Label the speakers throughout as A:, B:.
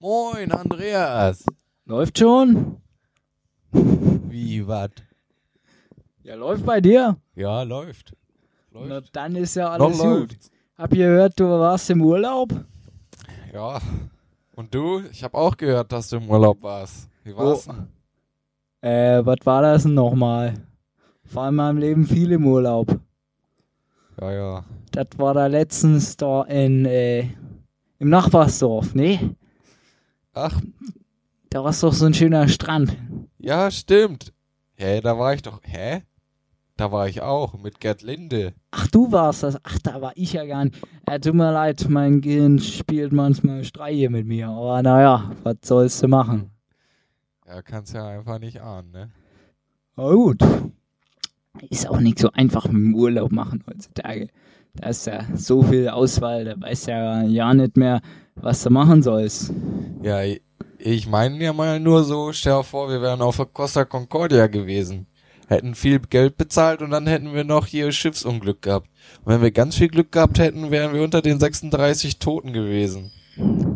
A: Moin, Andreas.
B: Läuft schon?
A: Wie, was?
B: Ja, läuft bei dir.
A: Ja, läuft.
B: Na,
A: Läuft.
B: dann ist ja
A: Noch
B: alles gut.
A: läuft.
B: Hab gehört, du warst im Urlaub.
A: Ja. Und du? Ich habe auch gehört, dass du im Urlaub warst. Wie war's?
B: Oh.
A: denn?
B: Äh, was war das denn nochmal? War in meinem Leben viel im Urlaub.
A: Ja, ja.
B: Das war da letztens da in, äh, im Nachbarsdorf, ne?
A: Ach,
B: Da war es doch so ein schöner Strand.
A: ja, stimmt. Hä, da war ich doch. Hä? Da war ich auch mit Gerd Linde.
B: Ach, du warst das. Ach, da war ich ja gar nicht. Äh, tut mir leid, mein Gehirn spielt manchmal Streiche mit mir. Aber naja, was sollst du machen?
A: Ja, kannst ja einfach nicht ahnen, ne?
B: Na gut. Ist auch nicht so einfach mit dem Urlaub machen heutzutage. Da ist ja so viel Auswahl, da weißt ja ja nicht mehr, was du machen sollst.
A: Ja, i- ich meine ja mal nur so, stell dir vor, wir wären auf der Costa Concordia gewesen. Hätten viel Geld bezahlt und dann hätten wir noch hier Schiffsunglück gehabt. Und wenn wir ganz viel Glück gehabt hätten, wären wir unter den 36 Toten gewesen.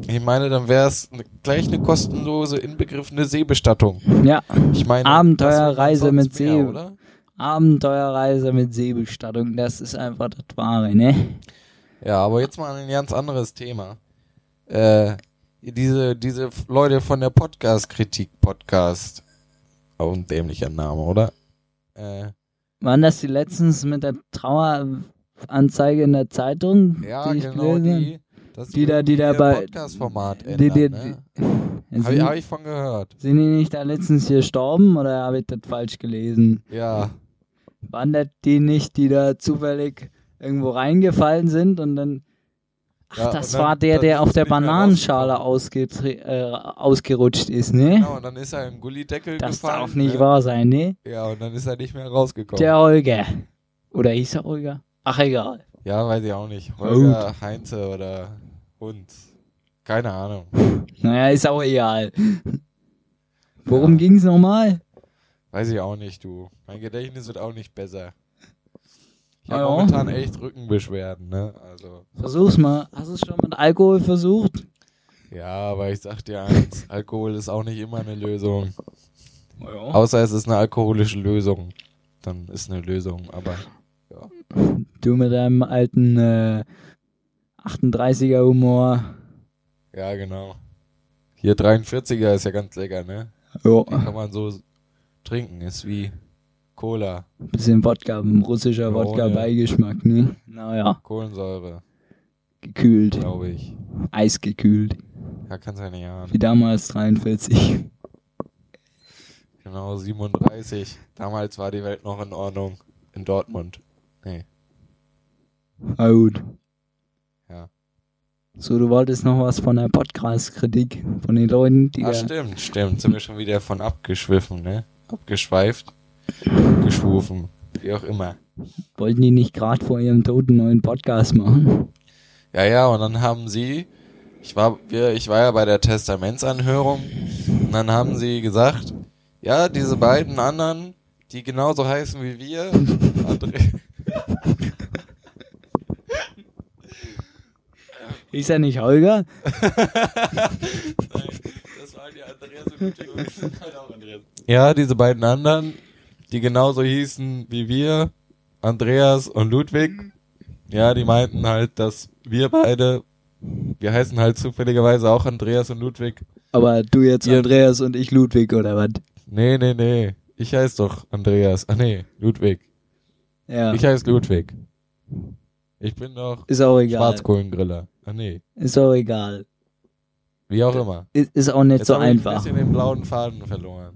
A: Ich meine, dann wäre es gleich eine kostenlose, inbegriffene Seebestattung.
B: Ja,
A: Ich meine,
B: Abenteuerreise
A: das wäre
B: mit
A: sonst mehr,
B: See.
A: Oder?
B: Abenteuerreise mit Seebestattung, das ist einfach das Wahre, ne?
A: Ja, aber jetzt mal ein ganz anderes Thema. Äh, diese, diese Leute von der Podcast-Kritik-Podcast. Auch ein dämlicher Name, oder? Äh,
B: Waren das die letztens mit der Traueranzeige in der Zeitung?
A: ja,
B: ich
A: genau
B: gelesen
A: die. Das
B: Die da- die
A: irgendwie
B: da
A: ihr
B: bei-
A: Podcast-Format
B: die-
A: ändern,
B: die-
A: ne?
B: hab?
A: Habe ich, hab
B: Sind,
A: ich von gehört.
B: sind die nicht da letztens hier gestorben oder habe ich das falsch gelesen?
A: Ja.
B: wandert die nicht, die da zufällig irgendwo reingefallen sind und dann. Ach,
A: Ja,
B: das
A: und dann-
B: war der,
A: dann
B: der
A: ist
B: auf
A: es
B: der
A: nicht mehr
B: Bananenschale ausgetre- äh, ausgerutscht ist, ne?
A: Genau, und dann ist er im Gullideckel
B: Das
A: gefallen.
B: darf nicht
A: ne?
B: wahr sein, ne?
A: Ja, und dann ist er nicht mehr rausgekommen.
B: Der Holger. Oder hieß er Holger? Ach, egal.
A: ja, weiß ich auch nicht. Holger, Heinze oder Hund. Keine Ahnung.
B: Naja, ist auch egal. Worum
A: Ja.
B: ging's nochmal?
A: Weiß ich auch nicht, du. Mein Gedächtnis wird auch nicht besser. Ich
B: Ah ja.
A: habe momentan echt Rückenbeschwerden, ne? Also,
B: Versuch's mal. Hast du es schon mit Alkohol versucht?
A: ja, aber ich sag dir eins, Alkohol ist auch nicht immer eine Lösung.
B: Ja.
A: Außer es ist eine alkoholische Lösung. Dann ist eine Lösung, aber
B: Du mit deinem alten äh, 38er Humor.
A: ja, genau. Hier 43er ist ja ganz lecker, ne? Den
B: Ja.
A: kann man so trinken, ist wie Cola,
B: Bisschen Wodka, ein russischer
A: Ja,
B: Wodka-Beigeschmack, ne? Naja,
A: Kohlensäure,
B: gekühlt,
A: glaube ich.
B: eisgekühlt,
A: Ja, kann's ja nicht ahnen.
B: wie damals 43.
A: Genau, 37. Damals war die Welt noch in Ordnung. In Dortmund. Nee.
B: Na gut.
A: Ja.
B: So, du wolltest noch was von der Podcast-Kritik, von den Leuten, die
A: Ah,
B: da...
A: stimmt, stimmt. Sind wir schon wieder von abgeschwiffen, ne? Abgeschweift. Geschwufen. Wie auch immer.
B: Wollten die nicht gerade vor ihrem Tod einen neuen Podcast machen?
A: Ja, ja, und dann haben sie, ich war, wir, ich war ja bei der Testamentsanhörung, und dann haben sie gesagt, ja, diese beiden anderen, die genauso heißen wie wir, André,
B: Ist er nicht
A: Nein,
B: Holger?
A: das waren die Andreas und die Jungs. Ja, diese beiden anderen, die genauso hießen wie wir, Andreas und Ludwig, ja, die meinten halt, dass wir beide, wir heißen halt zufälligerweise auch Andreas und Ludwig.
B: Aber du jetzt
A: Ja.
B: Andreas und ich Ludwig, oder was?
A: Nee, nee, nee, ich heiße doch Andreas. Ah, nee, Ludwig.
B: Ja,
A: Ich heiße Ludwig. Ich bin doch
B: ist auch egal.
A: Schwarzkohlengriller. Ah, nee,
B: Ist auch egal.
A: wie auch immer.
B: Ist, ist auch nicht
A: Jetzt
B: so
A: hab ich ein
B: einfach.
A: bisschen den blauen Faden verloren.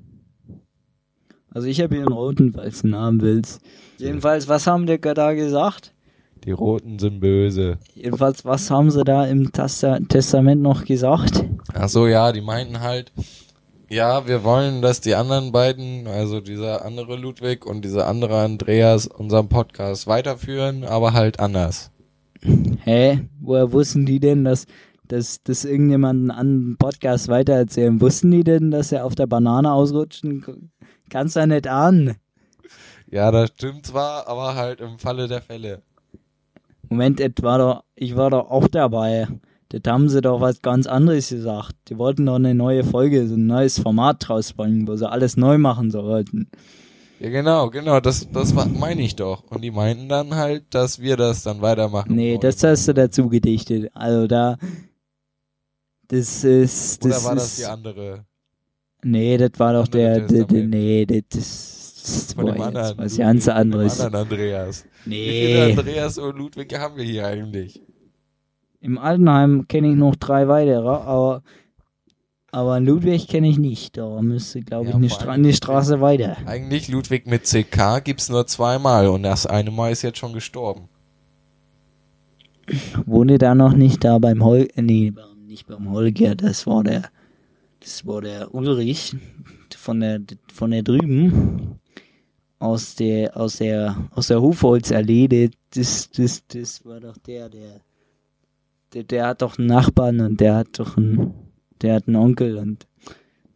B: Also ich habe hier einen roten, falls du einen haben willst. Jedenfalls, was haben die da gesagt?
A: Die Roten sind böse.
B: Jedenfalls, was haben sie da im Tasta Testament noch gesagt?
A: Ach so, ja, die meinten halt, ja, wir wollen, dass die anderen beiden, also dieser andere Ludwig und dieser andere Andreas, unseren Podcast weiterführen, aber halt anders.
B: Hä? Woher wussten die denn, dass, dass, dass irgendjemand einen anderen Podcast weitererzählen? Wussten die denn, dass er auf der Banane ausrutschen Kannst du ja nicht ahnen.
A: Ja, das stimmt zwar, aber halt im Falle der Fälle.
B: Moment, et war doch, ich war doch auch dabei. Das haben sie doch was ganz anderes gesagt. Die wollten doch eine neue Folge, so ein neues Format draus bringen, wo sie alles neu machen sollten.
A: Ja, genau, genau, das, das war- meine ich doch. Und die meinten dann halt, dass wir das dann weitermachen.
B: Nee,
A: wollen.
B: das hast du dazu gedichtet. Also da. Das ist.
A: Oder
B: Das
A: war das
B: ist,
A: die andere?
B: Nee, das war doch
A: andere
B: der. der,
A: Testament?
B: der nee, das, das
A: Von
B: war
A: dem
B: jetzt
A: anderen.
B: was
A: Ludwig,
B: ganz
A: von dem
B: anderes.
A: anderen Andreas. Wie viele
B: Nee.
A: Andreas und Ludwig haben wir hier eigentlich?
B: Im Altenheim kenne ich noch drei weitere, aber. Aber Ludwig kenne ich nicht. Da müsste, glaube
A: Ja,
B: ich, eine,
A: vor
B: Stra
A: allem-
B: eine Straße weiter.
A: Eigentlich Ludwig mit CK gibt's nur zweimal und das eine Mal ist jetzt schon gestorben.
B: Wurde da noch nicht da beim Hol. äh, Nee, beim- nicht beim Holger, das war der. Das war der Ulrich von der von der drüben aus der aus der aus der Hofholzallee. der- Das, das, das war doch der, der, der der hat doch einen Nachbarn und der hat doch einen der hat einen Onkel und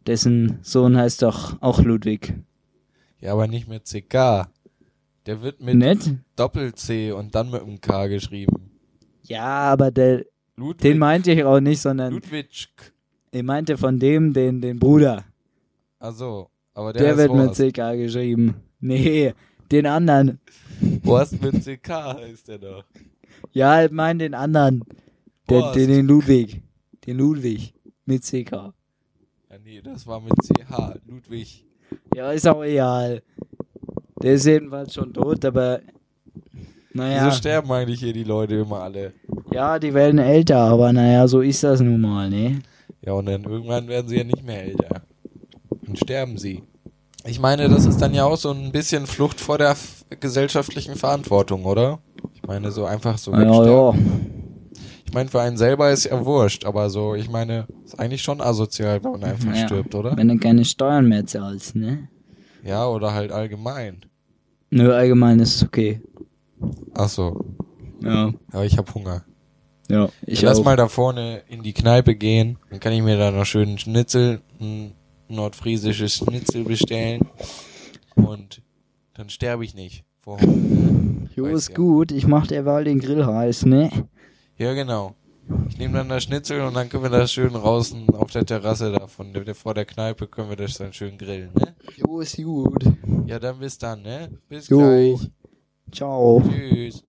B: dessen Sohn heißt doch auch Ludwig.
A: Ja, aber nicht mit CK. Der wird mit
B: Nett?
A: Doppel-C und dann mit einem K geschrieben.
B: Ja, aber der,
A: Ludwig.
B: den meinte ich auch nicht, sondern
A: Ludwig.
B: ich meinte von dem den den Bruder.
A: Also, aber der,
B: Der,
A: heißt
B: wird
A: Horst.
B: mit CK geschrieben. Nee, den anderen.
A: Horst mit CK heißt der doch.
B: Ja, ich meine den anderen. Den,
A: Horst.
B: den, den Ludwig. Den Ludwig. Mit CK.
A: Ja, nee, das war mit CH. Ludwig.
B: Ja, ist auch egal. Der ist jedenfalls schon tot, aber. Naja.
A: Wieso sterben eigentlich hier die Leute immer alle?
B: Ja, die werden älter, aber naja, so ist das nun mal, ne?
A: Ja, und dann irgendwann werden sie ja nicht mehr älter. Und sterben sie. Ich meine, das ist dann ja auch so ein bisschen Flucht vor der f- gesellschaftlichen Verantwortung, oder? Ich meine, so einfach so.
B: Ja,
A: wegsterben.
B: ja.
A: Ich meine, für einen selber ist ja wurscht, aber so, ich meine, ist eigentlich schon asozial, wenn man einfach
B: Mhm. Ja.
A: stirbt, oder?
B: Wenn du keine Steuern mehr zahlst, ne?
A: Ja, oder halt allgemein.
B: Nö, allgemein ist es okay.
A: Ach so,
B: Ja.
A: aber ich hab Hunger.
B: Ja, ich
A: Lass
B: auch.
A: mal da vorne in die Kneipe gehen, dann kann ich mir da noch schönen Schnitzel, ein nordfriesisches Schnitzel bestellen und dann sterbe ich nicht vor Hunger.
B: jo,
A: weiß
B: ist
A: ja.
B: gut. Ich mach derweil den Grill heiß, ne?
A: Ja, genau. Ich nehme dann das Schnitzel und dann können wir das schön draußen auf der Terrasse da von der, der, vor der Kneipe können wir das dann schön grillen, ne?
B: Jo, ist gut.
A: Ja, dann bis dann, ne? Bis
B: Jo.
A: gleich.
B: Ciao.
A: Tschüss.